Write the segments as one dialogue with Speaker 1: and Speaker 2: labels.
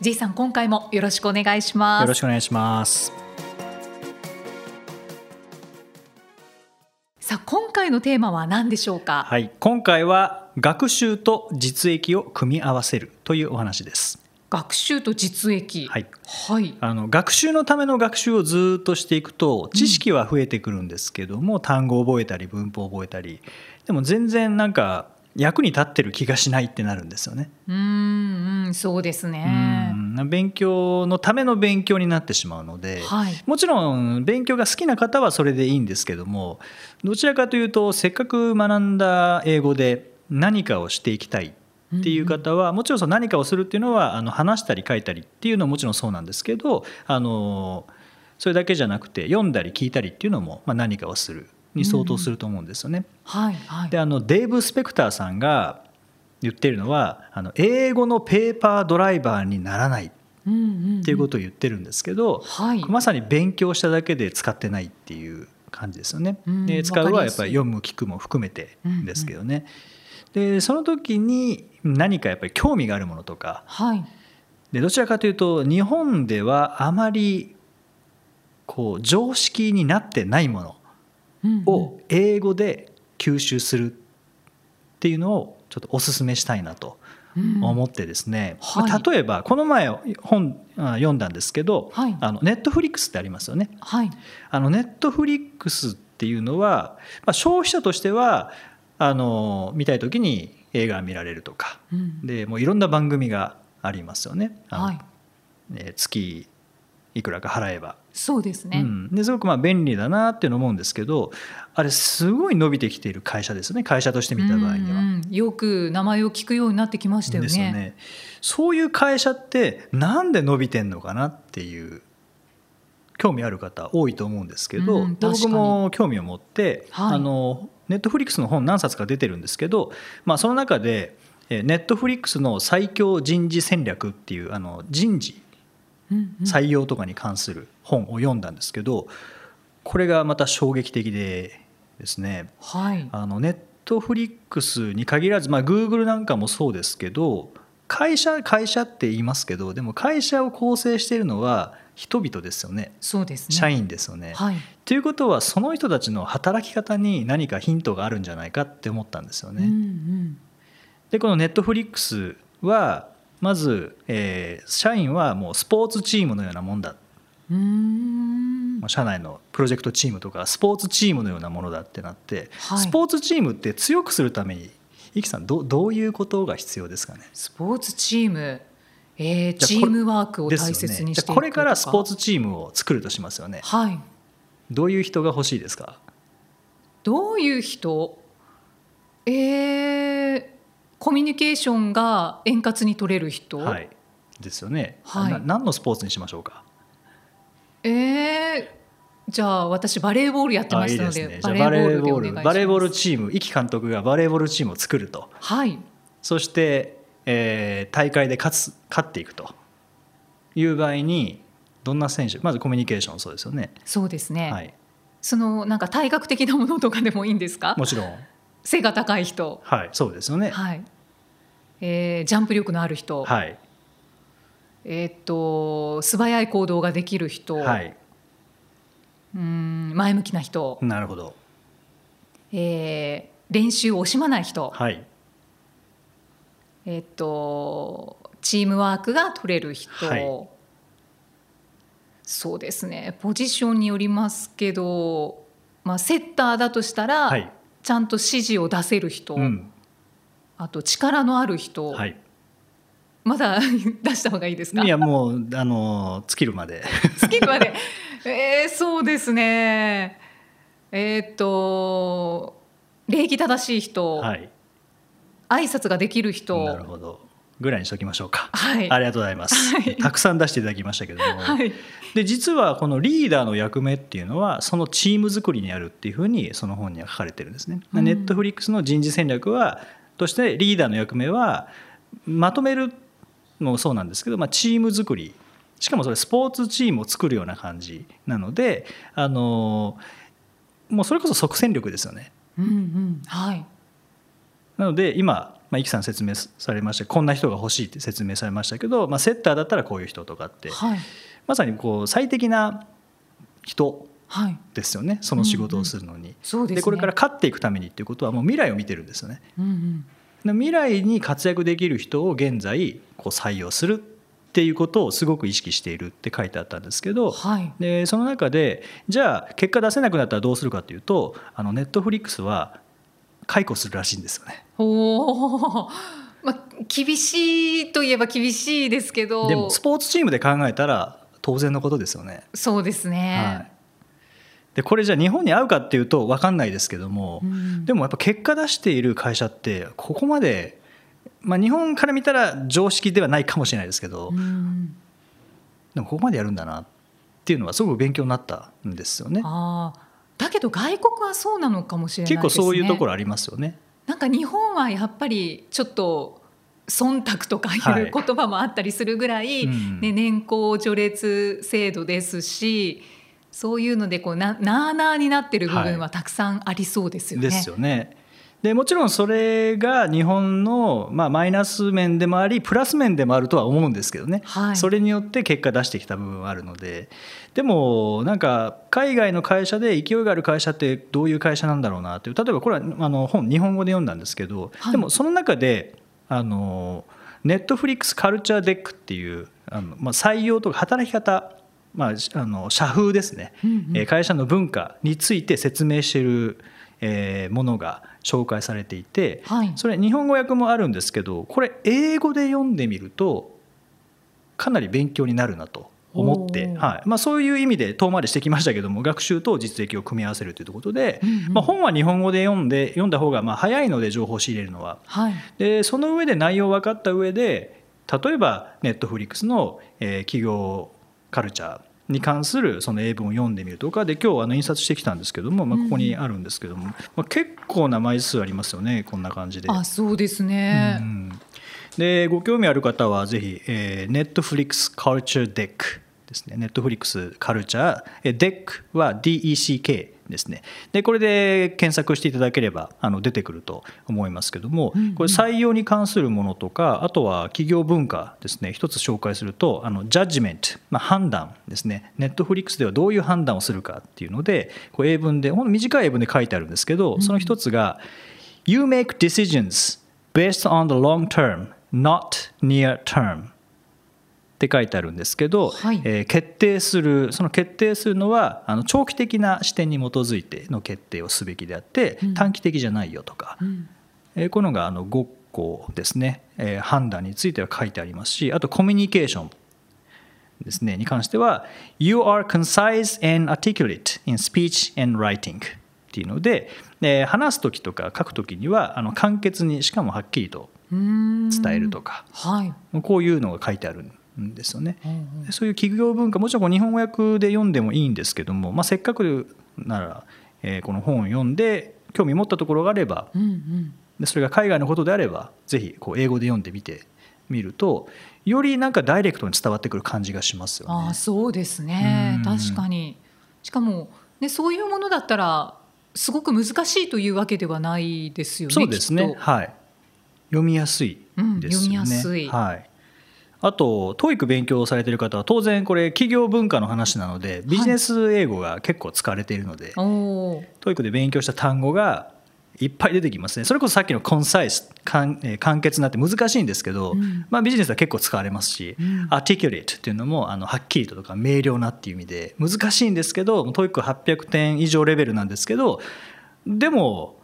Speaker 1: J さん今回もよろしくお願いしま
Speaker 2: よろ
Speaker 1: す
Speaker 2: しくお願いします
Speaker 1: さあ今回のテーマは何でしょうか、
Speaker 2: はい今回は学習と実益を組み合わせるというお話です
Speaker 1: 学習と実益
Speaker 2: はい
Speaker 1: はい
Speaker 2: あの学習のための学習をずーっとしていくと知識は増えてくるんですけども、単語を覚えたり文法を覚えたりでも全然なんか役に立ってる気がしないってなるんですよね、
Speaker 1: うーんうんそうですね
Speaker 2: うん勉強のための勉強になってしまうので、
Speaker 1: はい
Speaker 2: もちろん勉強が好きな方はそれでいいんですけどもどちらかというとせっかく学んだ英語で何かをしていきたいっていう方はもちろんその何かをするっていうのはあの話したり書いたりっていうのはもちろんそうなんですけどあのそれだけじゃなくて読んだり聞いたりっていうのもまあ何かをするに相当すると思うんですよね。
Speaker 1: はいはい
Speaker 2: であのデーブ・スペクターさんが言ってるのはあの英語のペーパードライバーにならないっ
Speaker 1: うんうん
Speaker 2: ていうことを言ってるんですけど、
Speaker 1: はい
Speaker 2: まさに勉強しただけで使ってないっていう感じですよね。
Speaker 1: うん
Speaker 2: で使う
Speaker 1: わか
Speaker 2: は
Speaker 1: り
Speaker 2: や
Speaker 1: や
Speaker 2: っ
Speaker 1: す
Speaker 2: ぱ
Speaker 1: い
Speaker 2: り読む聞くも含めてですけどね。でその時に何かやっぱり興味があるものとか
Speaker 1: はい
Speaker 2: でどちらかというと日本ではあまりこう常識になってないもの
Speaker 1: うん
Speaker 2: を英語で吸収するっていうのをちょっとお勧めしたいなと
Speaker 1: うん
Speaker 2: 思ってですね、
Speaker 1: はい
Speaker 2: まあ例えばこの前本あ読んだんですけど、
Speaker 1: はい
Speaker 2: あのネットフリックスってありますよね。
Speaker 1: はい
Speaker 2: あのネットフリックスっていうのは、まあ、消費者としてはあの見たい時に映画が見られるとか
Speaker 1: うん
Speaker 2: でもういろんな番組がありますよね。あの
Speaker 1: はい
Speaker 2: えー月いくらか払えば、
Speaker 1: そうですね
Speaker 2: うん、ですごくまあ便利だなっていうの思うんですけどあれすごい伸びてきている会社ですよね会社として見た場合には。
Speaker 1: うんうんよく名前を聞くようになってきましたよね
Speaker 2: ですよね。そういう会社ってなんで伸びてんのかなっていう興味ある方多いと思うんですけ
Speaker 1: う
Speaker 2: ど、
Speaker 1: ん確か
Speaker 2: 僕
Speaker 1: に
Speaker 2: も興味を持って、
Speaker 1: はい
Speaker 2: あのネットフリックスの本何冊か出てるんですけど、まあ、その中でネットフリックスの最強人事戦略っていうあの人事
Speaker 1: うんうん
Speaker 2: 採用とかに関する本を読んだんですけどこれがまた衝撃的でですね
Speaker 1: はい
Speaker 2: あのネットフリックスに限らず、まあ、Google なんかもそうですけど会社会社って言いますけどでも会社を構成しているのは人々ですよね
Speaker 1: そうですね
Speaker 2: 社員ですよね。
Speaker 1: はい
Speaker 2: ということはその人たちの働き方に何かヒントがあるんじゃないかって思ったんですよね。
Speaker 1: うんうん
Speaker 2: でこのネットフリックスはまず、えー社員はもうスポーツチームのようなもんだ
Speaker 1: うーん
Speaker 2: まあ社内のプロジェクトチームとかスポーツチームのようなものだってなって、
Speaker 1: はい
Speaker 2: スポーツチームって強くするためにイキさんどどういうことが必要ですかね
Speaker 1: スポーツチーム、えー、
Speaker 2: じゃあ
Speaker 1: チームワークを
Speaker 2: です
Speaker 1: 大
Speaker 2: よ
Speaker 1: 切
Speaker 2: ね
Speaker 1: にしていく
Speaker 2: じゃ
Speaker 1: とか
Speaker 2: あこれからスポーツチームを作るとしますよね
Speaker 1: はい
Speaker 2: どういう人が欲しいですか
Speaker 1: どういう人えー、コミュニケーションが円滑に取れる人、
Speaker 2: はいですよね、
Speaker 1: はい
Speaker 2: な何のスポーツにしましょうか
Speaker 1: えー、じゃあ私バレーボールやってま
Speaker 2: あい
Speaker 1: し
Speaker 2: い
Speaker 1: たの
Speaker 2: で
Speaker 1: です
Speaker 2: ねじ
Speaker 1: バ
Speaker 2: ゃあ
Speaker 1: レー
Speaker 2: バレー
Speaker 1: ボ
Speaker 2: ボ
Speaker 1: ー
Speaker 2: ー
Speaker 1: ルでお願いし
Speaker 2: ル
Speaker 1: ます
Speaker 2: バレーボールチームイキ監督がバレーボールチームを作ると
Speaker 1: はい
Speaker 2: そして、えー大会で勝つ勝っていくという場合にどんな選手まずコミュニケーションそうですよね、
Speaker 1: そうですね、
Speaker 2: はい、
Speaker 1: そのなんか体格的なものとかでもいいんですか
Speaker 2: もちろん
Speaker 1: 背が高い人
Speaker 2: はい、そうですよね。
Speaker 1: はい、えー、ジャンプ力のある人、
Speaker 2: はい、
Speaker 1: えーっと素早い行動ができる人、
Speaker 2: はい、
Speaker 1: うーん前向きな人、
Speaker 2: なるほど。
Speaker 1: えー練習を惜しまない人、
Speaker 2: はい、
Speaker 1: えっとチームワークが取れる人、
Speaker 2: はい
Speaker 1: そうですねポジションによりますけど、まあ、セッターだとしたら、
Speaker 2: はい、
Speaker 1: ちゃんと指示を出せる人、
Speaker 2: うん、
Speaker 1: あと力のある人、
Speaker 2: はい。
Speaker 1: まだ 出した方がいいですか
Speaker 2: いやもうあの尽きるまで。
Speaker 1: スキルまでえー、そうですねえーっと礼儀正しい人、
Speaker 2: はい、
Speaker 1: 挨拶ができる人
Speaker 2: なるほど。ぐらいにしておきましょうか。
Speaker 1: はい
Speaker 2: ありがとうございます、
Speaker 1: はい
Speaker 2: たくさん出していただきましたけども、
Speaker 1: はい
Speaker 2: で実はこのリーダーの役目っていうのはそのチーム作りにあるっていうふうにその本には書かれてるんですね。
Speaker 1: うん
Speaker 2: ネットフリックスの人事戦略はとしてリーダーの役目はまとめるのもそうなんですけど、まあ、チーム作りしかもそれスポーツチームを作るような感じなのであのもうそれこそ即戦力ですよね。
Speaker 1: うんうんはい
Speaker 2: なので今、まあ、イキさん説明されましたこんな人が欲しいって説明されましたけど、まあ、セッターだったらこういう人とかって
Speaker 1: はい
Speaker 2: まさにこう最適な人
Speaker 1: はい
Speaker 2: ですよねその仕事をするのに。
Speaker 1: そうですね
Speaker 2: でこれから勝っていくためにっていうことはもう未来を見てるんですよね。
Speaker 1: うんうん
Speaker 2: で未来に活躍できる人を現在こう採用するっていうことをすごく意識しているって書いてあったんですけど、
Speaker 1: はい
Speaker 2: でその中でじゃあ結果出せなくなったらどうするかっていうとあのネットフリックスは解雇するらしいんですよね。
Speaker 1: おお まあ厳しいといえば厳しいですけど
Speaker 2: でもスポーツチームで考えたら当然のことですよね。
Speaker 1: そうです
Speaker 2: は
Speaker 1: ね、
Speaker 2: い、でこれじゃあ日本に合うかっていうと分かんないですけども、
Speaker 1: うん
Speaker 2: でもやっぱ結果出している会社ってここまで、まあ、日本から見たら常識ではないかもしれないですけど、
Speaker 1: うん
Speaker 2: でもここまでやるんだなっていうのはすごく勉強になったんですよね。
Speaker 1: ああだけど外国はそうなのかもしれないで
Speaker 2: 結
Speaker 1: すね
Speaker 2: 構そういうところありますよね。
Speaker 1: なんか日本はやっぱりちょっと忖度とかい
Speaker 2: は
Speaker 1: う
Speaker 2: い
Speaker 1: 言葉もあったりするぐらい、
Speaker 2: うん
Speaker 1: ね、年功序列制度ですしそういうのでこうななあなあになってる部分はたくさんありそうですよね。
Speaker 2: ですよね。でもちろんそれが日本の、まあ、マイナス面でもありプラス面でもあるとは思うんですけどね、
Speaker 1: はい
Speaker 2: それによって結果出してきた部分はあるのででもなんか海外の会社で勢いがある会社ってどういう会社なんだろうなっていう例えばこれはあの本日本語で読んだんですけど、
Speaker 1: はい
Speaker 2: でもその中であのネットフリックスカルチャーデックっていうあの、まあ、採用とか働き方、まあ、あの社風ですね、
Speaker 1: うんうん
Speaker 2: えー会社の文化について説明している、えーものが紹介されていて、
Speaker 1: はい
Speaker 2: それ日本語訳もあるんですけどこれ英語で読んでみるとかなり勉強になるなと思って
Speaker 1: お、ー
Speaker 2: はいまあ、そういう意味で遠回りしてきましたけども学習と実益を組み合わせるということで、
Speaker 1: うんうん
Speaker 2: まあ、本は日本語で読んで読んだ方がまあ早いので情報を仕入れるのは。
Speaker 1: はい
Speaker 2: でその上で内容を分かった上で例えばネットフリックスの、えー企業カルチャーに関するその英文を読んでみるとかで今日あの印刷してきたんですけども、まあ、ここにあるんですけども、まあ、結構な枚数ありますよねこんな感じで。
Speaker 1: あそうです
Speaker 2: う
Speaker 1: ね。
Speaker 2: んでご興味ある方はぜひ、えー、Netflix Culture Deck ですね Netflix カルチャーえー Deck は DECK ですねでこれで検索していただければあの出てくると思いますけども、
Speaker 1: うんうん
Speaker 2: これ採用に関するものとかあとは企業文化ですね一つ紹介するとあのジャッジメント、まあ、判断ですね Netflix ではどういう判断をするかっていうのでこう英文でほんと短い英文で書いてあるんですけどその一つが、You make decisions based on the long term, not near term. って書いてあるんですけど、
Speaker 1: はい
Speaker 2: えー決定するその決定するのはあの長期的な視点に基づいての決定をすべきであって、
Speaker 1: うん
Speaker 2: 短期的じゃないよとか、
Speaker 1: うん
Speaker 2: えーこういうのがあの5個ですね、えー判断については書いてありますしあとコミュニケーションですねに関しては「You are concise and articulate in speech and writing」っていうので、えー話す時とか書く時にはあの簡潔にしかもはっきりと
Speaker 1: うん
Speaker 2: 伝えるとか、
Speaker 1: はい、
Speaker 2: こういうのが書いてあるんですよね。
Speaker 1: うんうん
Speaker 2: そういう企業文化もちろんこう日本語訳で読んでもいいんですけども、まあ、せっかくなら、えーこの本を読んで興味持ったところがあれば
Speaker 1: うんうん
Speaker 2: でそれが海外のことであればぜひこう英語で読んでみてみるとよりなんかダイレクトに伝わってくる感じがしますよ
Speaker 1: あ
Speaker 2: ね
Speaker 1: ー。そうですね
Speaker 2: うん
Speaker 1: 確かにしかも、ね、そういうものだったらすごく難しいというわけではないですよね
Speaker 2: そうです
Speaker 1: きっ
Speaker 2: ね
Speaker 1: と
Speaker 2: はい読みやすいです
Speaker 1: うん読
Speaker 2: よね、
Speaker 1: みやすい
Speaker 2: はいあと TOEIC 勉強されてる方は当然これ企業文化の話なのでビジネス英語が結構使われているので、
Speaker 1: おー
Speaker 2: TOEIC で勉強した単語がいっぱい出てきますねそれこそさっきのコンサイス簡えー簡潔なって難しいんですけど、
Speaker 1: うん
Speaker 2: まあ、ビジネスは結構使われますし、
Speaker 1: うん
Speaker 2: アティキュレートっていうのもあのはっきりととか明瞭なっていう意味で難しいんですけど TOEIC800 点以上レベルなんですけどでも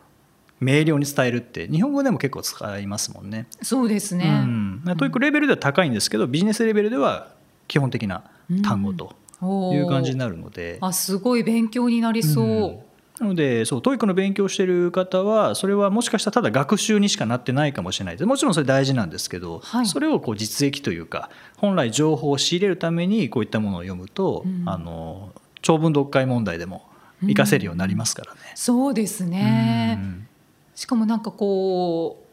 Speaker 2: 明瞭に伝えるって日本語でも結構使いますもんね。
Speaker 1: そうですね、
Speaker 2: うん、TOEIC レベルでは高いんですけどビジネスレベルでは基本的な単語と
Speaker 1: お
Speaker 2: いう感じに
Speaker 1: な
Speaker 2: なるので。
Speaker 1: あすごい勉強になりそう、
Speaker 2: うんなのでそう TOEIC の勉強をしている方はそれはもしかしたらただ学習にしかなってないかもしれないですもちろんそれ大事なんですけど、
Speaker 1: はい
Speaker 2: それをこう実益というか本来情報を仕入れるためにこういったものを読むと、
Speaker 1: うん
Speaker 2: あの長文読解問題でも活かせるようになりますからね。
Speaker 1: そうです
Speaker 2: う
Speaker 1: ね。
Speaker 2: ん
Speaker 1: しかもなんかこ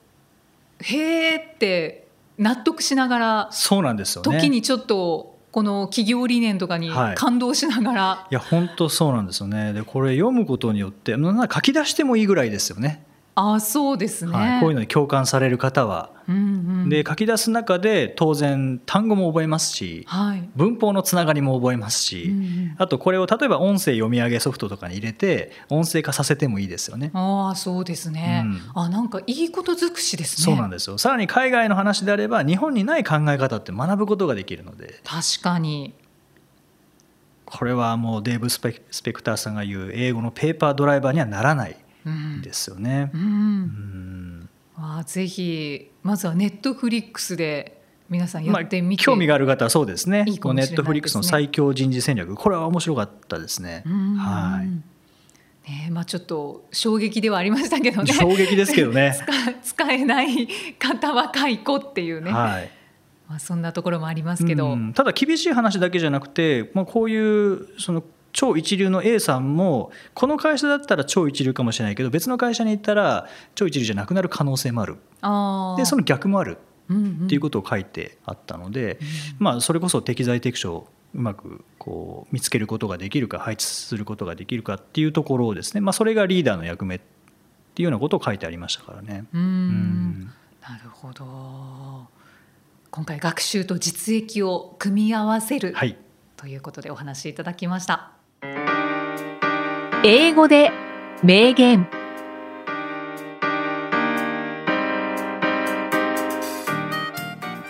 Speaker 1: うへーって納得しながら、
Speaker 2: そうなんですよね
Speaker 1: 時にちょっとこの企業理念とかに
Speaker 2: はい
Speaker 1: 感動しながら、
Speaker 2: いや本当そうなんですよねでこれ読むことによってなんなら書き出してもいいぐらいですよね、
Speaker 1: ああそうですね。
Speaker 2: はい、こういうのに共感される方は。
Speaker 1: うんうん
Speaker 2: で書き出す中で当然単語も覚えますし
Speaker 1: はい。
Speaker 2: 文法のつながりも覚えますし、
Speaker 1: うんうん
Speaker 2: あとこれを例えば音声読み上げソフトとかに入れて音声化させてもいいですよね。
Speaker 1: ああそうですね。
Speaker 2: う
Speaker 1: あなんかいいこと尽くしですね。
Speaker 2: そうなんですよさらに海外の話であれば日本にない考え方って学ぶことができるので
Speaker 1: 確かに。
Speaker 2: これはもうデーブスペ・スペクターさんが言う英語のペーパードライバーにはならない
Speaker 1: うん
Speaker 2: んですよね
Speaker 1: う。。
Speaker 2: うんん
Speaker 1: あーぜひまずはネットフリックスで皆さんや
Speaker 2: まあ
Speaker 1: ってみて。
Speaker 2: 興味がある方はそうですね
Speaker 1: いいか
Speaker 2: こう
Speaker 1: もしれない
Speaker 2: ネ
Speaker 1: ですね
Speaker 2: ットフリックスの最強人事戦略これは面白かったですね。
Speaker 1: うん
Speaker 2: はい
Speaker 1: ねえまあちょっと衝撃ではありましたけどね。
Speaker 2: 衝撃ですけど ね。
Speaker 1: 使使えない方は解雇っていうね。
Speaker 2: はい
Speaker 1: まあそんなところもありますけど。
Speaker 2: うんただ厳しい話だけじゃなくて、まあ、こういうその超一流の A さんもこの会社だったら超一流かもしれないけど別の会社に行ったら超一流じゃなくなる可能性もある
Speaker 1: ああ。
Speaker 2: でその逆もある
Speaker 1: うんうん
Speaker 2: っていうことを書いてあったので、まあ、それこそ適材適所をうまくこう見つけることができるか配置することができるかっていうところをですね、まあ、それがリーダーの役目っていうようなことを書いてありましたからね。
Speaker 1: うん
Speaker 2: うん
Speaker 1: なるほど。今回学習と実益を組み合わせる、
Speaker 2: はい
Speaker 1: ということでお話しいただきました。英語で名言。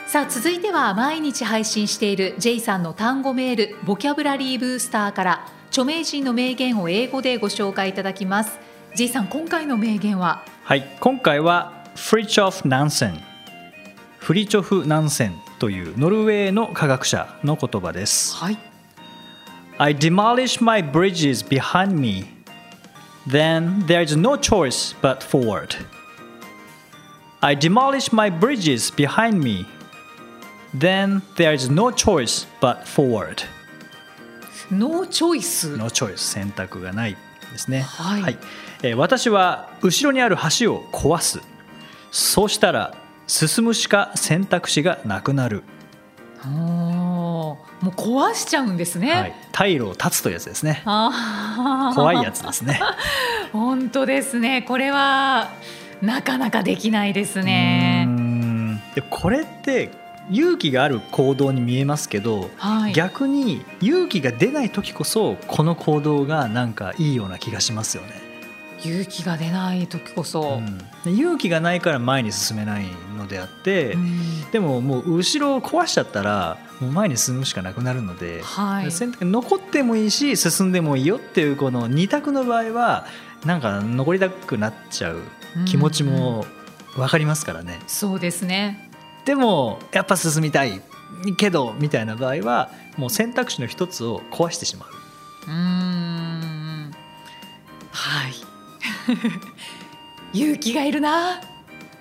Speaker 1: さあ続いては毎日配信している J さんの単語メールボキャブラリーブースターから著名人の名言を英語でご紹介いただきます J さん今回の名言は
Speaker 2: はい、今回はフリチョフ・ナンセンフリチョフ・ナンセンというノルウェーの科学者の言葉です
Speaker 1: はい
Speaker 2: I demolish my bridges behind me then there is no choice but forward I demolish my bridges behind me then there is no choice but forward
Speaker 1: ノーチョイス
Speaker 2: のチョイス選択がないですね、
Speaker 1: はい
Speaker 2: えー私は後ろにある橋を壊すそうしたら進むしか選択肢がなくなる、
Speaker 1: おーもう壊しちゃうんですね、
Speaker 2: はい、退路を断つというやつですね
Speaker 1: あー
Speaker 2: 怖いやつで すね
Speaker 1: 本当ですねこれはなかなかできないです
Speaker 2: うー
Speaker 1: ね
Speaker 2: んでこれって勇気がある行動に見えますけど、
Speaker 1: はい
Speaker 2: 逆に勇気が出ない時こそこの行動がなんかいいような気がしますよね、
Speaker 1: 勇気が出ない時こそ、
Speaker 2: うんで勇気がないから前に進めないのであって、
Speaker 1: うん
Speaker 2: でももう後ろを壊しちゃったらもう前に進むしかなくなるので、
Speaker 1: はい
Speaker 2: 選択残ってもいいし進んでもいいよっていうこの2択の場合はなんか残りたくなっちゃう気持ち
Speaker 1: うん
Speaker 2: も分かりますからね、
Speaker 1: そうですね
Speaker 2: でもやっぱ進みたいけどみたいな場合はもう選択肢の一つを壊してしまう
Speaker 1: うーんはい 勇気がいるな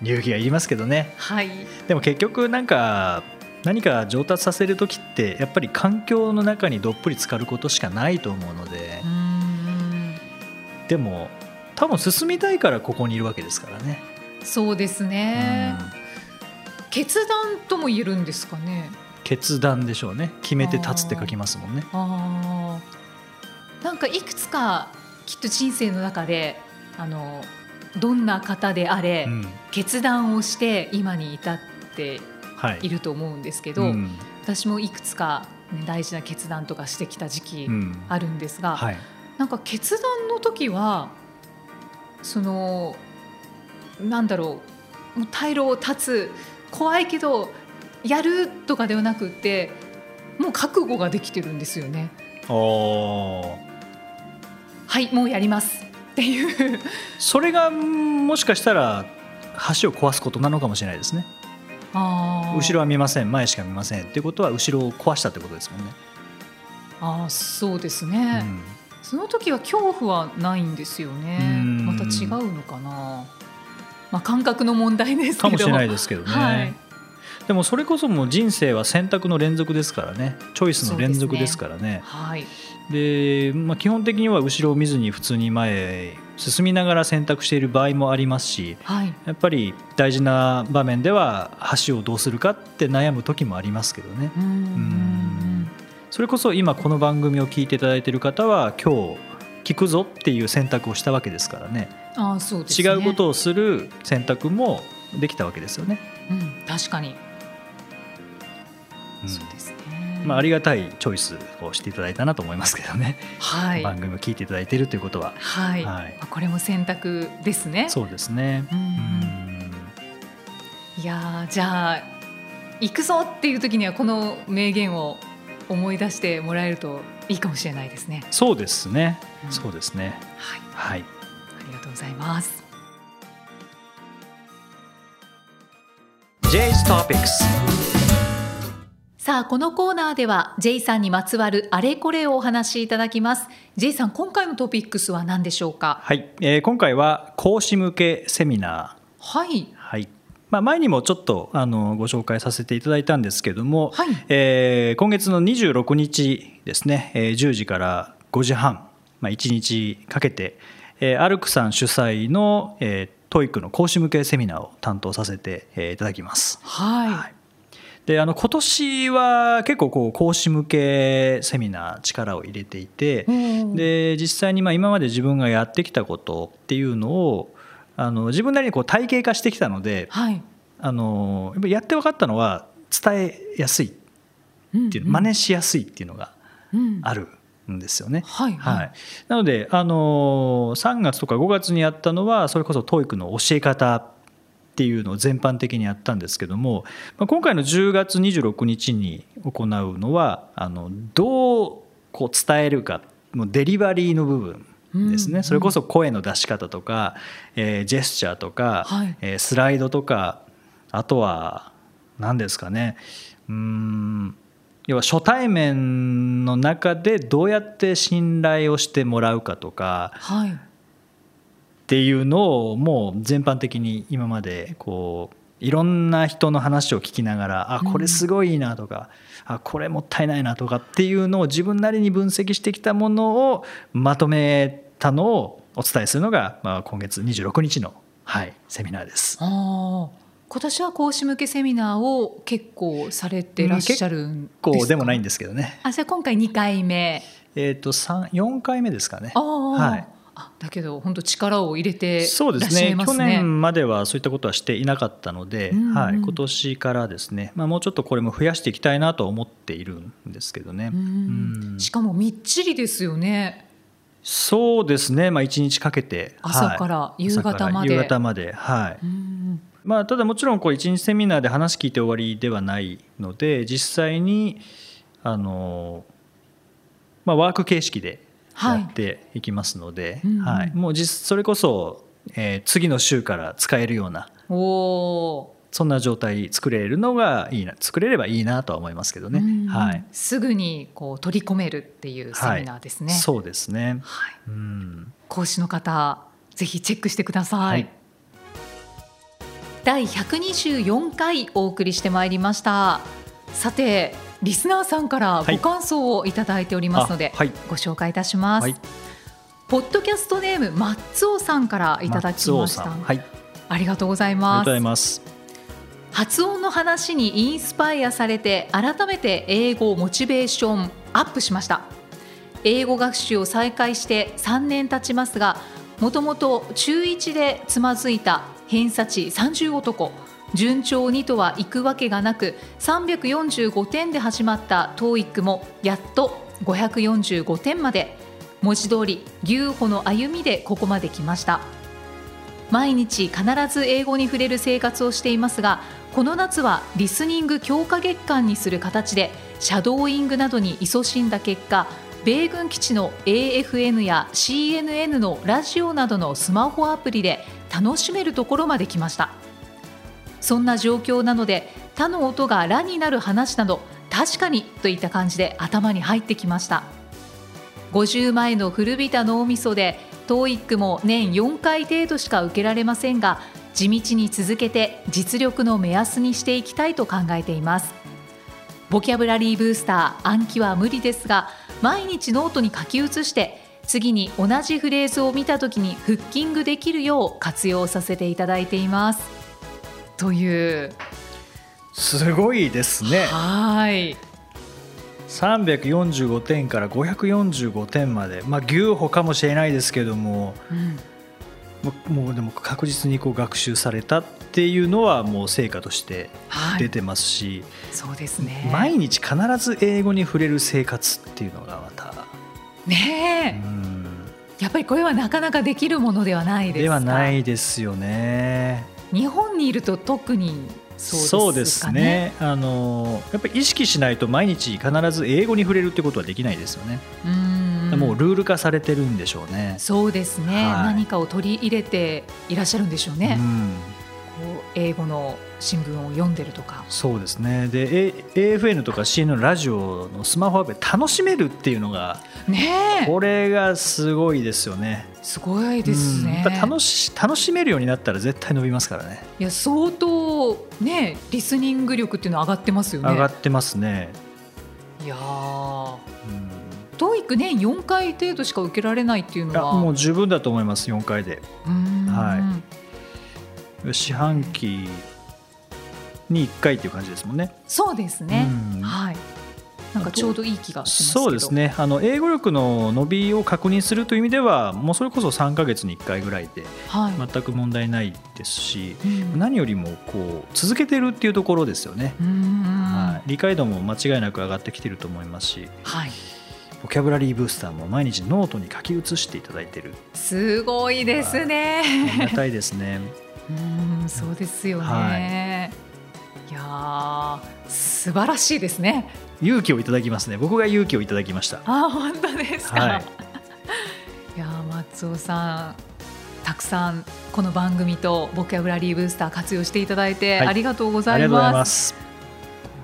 Speaker 2: 勇気がいりますけどね
Speaker 1: はい
Speaker 2: でも結局なんか何か上達させる時ってやっぱり環境の中にどっぷり浸かることしかないと思うので。
Speaker 1: うん
Speaker 2: でも多分進みたいからここにいるわけですからね、
Speaker 1: そうですね
Speaker 2: うん
Speaker 1: 決断とも言えるんですかね
Speaker 2: 決断でしょうね決めて立つって書きますもんね
Speaker 1: あーなんかいくつかきっと人生の中であのどんな方であれ、
Speaker 2: うん
Speaker 1: 決断をして今に至って
Speaker 2: はい
Speaker 1: いると思うんですけど、
Speaker 2: うん
Speaker 1: 私もいくつか、ね、大事な決断とかしてきた時期
Speaker 2: うん
Speaker 1: あるんですが、
Speaker 2: はい
Speaker 1: なんか決断の時はそのなんだろうもう退路を断つ怖いけどやるとかではなくってもう覚悟ができてるんですよね。
Speaker 2: おー
Speaker 1: はいもうやりますっていう
Speaker 2: それがうんもしかしたら橋を壊すことなのかもしれないですね
Speaker 1: あー
Speaker 2: 後ろは見ません前しか見ませんっていうことは後ろを壊したってことですもんね、
Speaker 1: あーそうですね、
Speaker 2: うん
Speaker 1: その時は恐怖はないんですよね
Speaker 2: うん
Speaker 1: また違うのかな、まあ、感覚の問題ですけど
Speaker 2: かもしれな
Speaker 1: で
Speaker 2: いですけどね、
Speaker 1: はい
Speaker 2: でもそれこそもう人生は選択の連続ですからねチョイスの連
Speaker 1: そう
Speaker 2: 続
Speaker 1: で
Speaker 2: です
Speaker 1: ね
Speaker 2: すからね
Speaker 1: はい、
Speaker 2: でまあ、基本的には後ろを見ずに普通に前へ進みながら選択している場合もありますし
Speaker 1: はい、
Speaker 2: やっぱり大事な場面では橋をどうするかって悩む時もありますけどね
Speaker 1: うんうん
Speaker 2: それこそ今この番組を聞いていただいている方は今日聞くぞっていう選択をしたわけですからね
Speaker 1: うんああそうです
Speaker 2: 違
Speaker 1: ね
Speaker 2: うことをする選択もできたわけですよね。
Speaker 1: うん、確かに、
Speaker 2: うん
Speaker 1: そうですね
Speaker 2: まあ、ありがたいチョイスをしていただいたなと思いますけどね、
Speaker 1: はい
Speaker 2: 番組を聞いていただいているということは、
Speaker 1: はい、
Speaker 2: はい
Speaker 1: まあこれも選択ですね
Speaker 2: そうですね。
Speaker 1: うんうんいやーじゃあ行くぞっていう時にはこの名言を思い出してもらえるといいかもしれないですね。
Speaker 2: そうですね
Speaker 1: う。ん
Speaker 2: そうですね。
Speaker 1: はい、
Speaker 2: はい。
Speaker 1: ありがとうございます。
Speaker 2: J's Topics。
Speaker 1: さあこのコーナーでは J さんにまつわるあれこれをお話しいただきます。J さん今回のトピックスは何でしょうか。
Speaker 2: はい、えー今回は講師向けセミナ
Speaker 1: はい
Speaker 2: ー。はい。まあ、前にもちょっとあのご紹介させていただいたんですけども、
Speaker 1: はい
Speaker 2: えー今月の26日ですね、えー10時から5時半、まあ、1日かけて、えーアルクさん主催の、えー、トイックの講師向けセミナーを担当させて、えーいただきます。
Speaker 1: はい、
Speaker 2: はいであの今年は結構こう講師向けセミナー力を入れていて
Speaker 1: うん
Speaker 2: で実際にまあ今まで自分がやってきたことっていうのをあの自分なりにこう体系化してきたので
Speaker 1: はい。
Speaker 2: あのやっぱりやって分かったのは伝えやすいっ
Speaker 1: って
Speaker 2: いう真似しやすいっていうのが
Speaker 1: うん
Speaker 2: あるんですよね。
Speaker 1: はい
Speaker 2: はい、なので、あのー3月とか5月にやったのはそれこそ TOEIC の教え方っていうのを全般的にやったんですけども、まあ、今回の10月26日に行うのはあのどうこう伝えるかもうデリバリーの部分ですね、
Speaker 1: うん
Speaker 2: それこそ声の出し方とか、えージェスチャーとか、
Speaker 1: はい
Speaker 2: えースライドとかあとは何ですかねうーん要は初対面の中でどうやって信頼をしてもらうかとか
Speaker 1: はい。
Speaker 2: っていうのをもう全般的に今までこういろんな人の話を聞きながらあ
Speaker 1: うん
Speaker 2: これすごいいいなとか、あこれもったいないなとかっていうのを自分なりに分析してきたものをまとめたのをお伝えするのが、まあ、今月26日の、はい、セミナーです。
Speaker 1: ああ。今年は講師向けセミナーを結構されてらっしゃるんですか。
Speaker 2: こうでもないん
Speaker 1: で。
Speaker 2: ですけどね、
Speaker 1: あ、じゃあ今回二回目。
Speaker 2: えー、と三4回目ですかね。
Speaker 1: ああ、
Speaker 2: はい
Speaker 1: あだけど本当力を入れて
Speaker 2: そうで
Speaker 1: らっ
Speaker 2: す
Speaker 1: しゃい
Speaker 2: ね
Speaker 1: ま
Speaker 2: 去
Speaker 1: すね。
Speaker 2: 年まではそういったことはしていなかったので、
Speaker 1: うんうん
Speaker 2: はい、今年からですね、まあ、もうちょっとこれも増やしていきたいなとは思っているんですけどね、
Speaker 1: うん
Speaker 2: うん
Speaker 1: しかもみっちりですよね。
Speaker 2: そうですね、まあ、1日かけて
Speaker 1: 朝
Speaker 2: はい
Speaker 1: から夕方ま
Speaker 2: 朝から夕
Speaker 1: で。
Speaker 2: 方まで、は
Speaker 1: う
Speaker 2: い
Speaker 1: ん
Speaker 2: まあ、ただもちろんこう1日セミナーで話聞いて終わりではないので実際にあの、まあ、ワーク形式で
Speaker 1: は
Speaker 2: や
Speaker 1: い
Speaker 2: っていきますので、
Speaker 1: うんうん
Speaker 2: はいもう実それこそ、えー次の週から使えるような
Speaker 1: おお
Speaker 2: そんな状態作れるのがいいな作れればいいなとは思いますけど
Speaker 1: ー、
Speaker 2: ね、
Speaker 1: うん
Speaker 2: はい、
Speaker 1: すぐにこう取り込めるっていうセミナーですね。
Speaker 2: そうですね、
Speaker 1: はい
Speaker 2: うん、
Speaker 1: 講師の方ぜひチェックしてください、
Speaker 2: はい
Speaker 1: 第124回お送りしてまいりましたさてリスナーさんから
Speaker 2: はい
Speaker 1: ご感想をいただいておりますので、
Speaker 2: あはい
Speaker 1: ご紹介いたします、
Speaker 2: はい
Speaker 1: ポッドキャストネームマッツオさんからいただきました
Speaker 2: 松尾さんはいありが
Speaker 1: ありがとうござい
Speaker 2: とう
Speaker 1: ま
Speaker 2: ご
Speaker 1: す
Speaker 2: ざいます
Speaker 1: 発音の話にインスパイアされて改めて英語モチベーションアップしました英語学習を再開して3年経ちますがもともと中1でつまずいた偏差値30男順調にとはいくわけがなく345点で始まった TOEIC もやっと545点まで文字通り牛歩の歩みでここまで来ました毎日必ず英語に触れる生活をしていますがこの夏はリスニング強化月間にする形でシャドーイングなどに勤しんだ結果米軍基地の AFN や CNN のラジオなどのスマホアプリで楽しめるところまで来ましたそんな状況なので他の音が「ら」になる話など確かにといった感じで頭に入ってきました50前の古びた脳みそで TOEIC も年4回程度しか受けられませんが地道に続けて実力の目安にしていきたいと考えていますボキャブラリーブースター暗記は無理ですが毎日ノートに書き写して次に同じフレーズを見た時にフッキングできるよう活用させていただいていますという
Speaker 2: すごいですね
Speaker 1: はい
Speaker 2: 345点から545点まで、まあ、牛歩かもしれないですけども
Speaker 1: うん
Speaker 2: もうもうでも確実にこう学習されたっていうのはもう成果として
Speaker 1: は
Speaker 2: 出
Speaker 1: い
Speaker 2: てますし、
Speaker 1: そうですね
Speaker 2: 毎日必ず英語に触れる生活っていうのがまた、う
Speaker 1: ねえ
Speaker 2: ん、
Speaker 1: やっぱりこれはなかなかできるものではないですか
Speaker 2: ではないですよね。
Speaker 1: 日本にいると特に
Speaker 2: そ
Speaker 1: そうう
Speaker 2: で
Speaker 1: です
Speaker 2: す
Speaker 1: かね
Speaker 2: ねあのやっぱり意識しないと毎日必ず英語に触れるってことはできないですよね、
Speaker 1: うーん
Speaker 2: もうルール化されてるんでしょうね。
Speaker 1: そうですね、
Speaker 2: はい
Speaker 1: 何かを取り入れていらっしゃるんでしょうね
Speaker 2: う、ん
Speaker 1: こう英語の新聞を読んでるとか
Speaker 2: そうですねで、A、AFN とか CN のラジオのスマホアプリ楽しめるっていうのが
Speaker 1: ねえ
Speaker 2: これがすごいですよね。
Speaker 1: すごいですね、
Speaker 2: うんやっぱ楽し楽しめるようになったら絶対伸びますからね
Speaker 1: いや相当ねリスニング力っていうのは上がってますよね
Speaker 2: 上がってますね。
Speaker 1: いやー
Speaker 2: うん
Speaker 1: 教育年4回程度しか受けられないっていう
Speaker 2: い
Speaker 1: の
Speaker 2: や
Speaker 1: は
Speaker 2: もう十分だと思います4回で
Speaker 1: うーん
Speaker 2: は四半期に1回っていう感じですもんね。
Speaker 1: そうですね、
Speaker 2: うん
Speaker 1: はいなんかちょうどいい気がしますけど
Speaker 2: そうですねあの英語力の伸びを確認するという意味ではもうそれこそ3ヶ月に1回ぐらいで
Speaker 1: はい、
Speaker 2: 全く問題ないですし
Speaker 1: うん
Speaker 2: 何よりもこう続けてるっていうところですよね、
Speaker 1: うーん
Speaker 2: はい、理解度も間違いなく上がってきてると思いますし
Speaker 1: はい
Speaker 2: ボキャブラリーブースターも毎日ノートに書き写していただいてる
Speaker 1: すごいです
Speaker 2: ありが
Speaker 1: ね。
Speaker 2: たいですね
Speaker 1: うん、そうですよね。い、やー、素晴らしいですね。
Speaker 2: 勇気をいただきますね僕が勇気をいただきました
Speaker 1: あー、本当ですか。
Speaker 2: はい
Speaker 1: い、やー、松尾さん。たくさんこの番組とボキャブラリーブースター活用していただいて
Speaker 2: はい
Speaker 1: ありがとうござ
Speaker 2: あり
Speaker 1: い
Speaker 2: がとうございま
Speaker 1: ます。
Speaker 2: す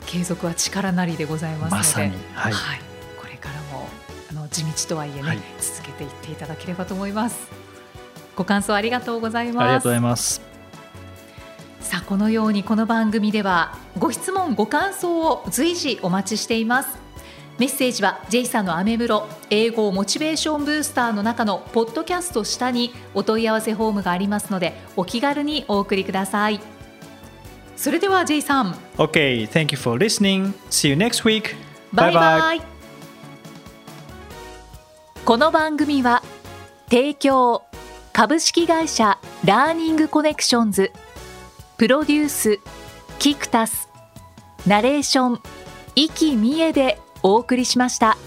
Speaker 1: 継続は力なりでございますので、
Speaker 2: まさにはい、
Speaker 1: はい、これからもあの地道とはいえね、
Speaker 2: はい
Speaker 1: 続けていっていただければと思います。ご感想ありがとうござい
Speaker 2: あり
Speaker 1: ま
Speaker 2: が
Speaker 1: す
Speaker 2: とうござ。います
Speaker 1: さあこのようにこの番組ではご質問ご感想を随時お待ちしていますメッセージは J さんのアメブロ英語モチベーションブースターの中のポッドキャスト下にお問い合わせフォームがありますのでお気軽にお送りくださいそれでは J さん
Speaker 2: Okay, thank you for listening. See you next week.
Speaker 1: バイバイこの番組は提供株式会社ラーニングコネクションズプロデュースキクタスナレーション生きみえでお送りしました。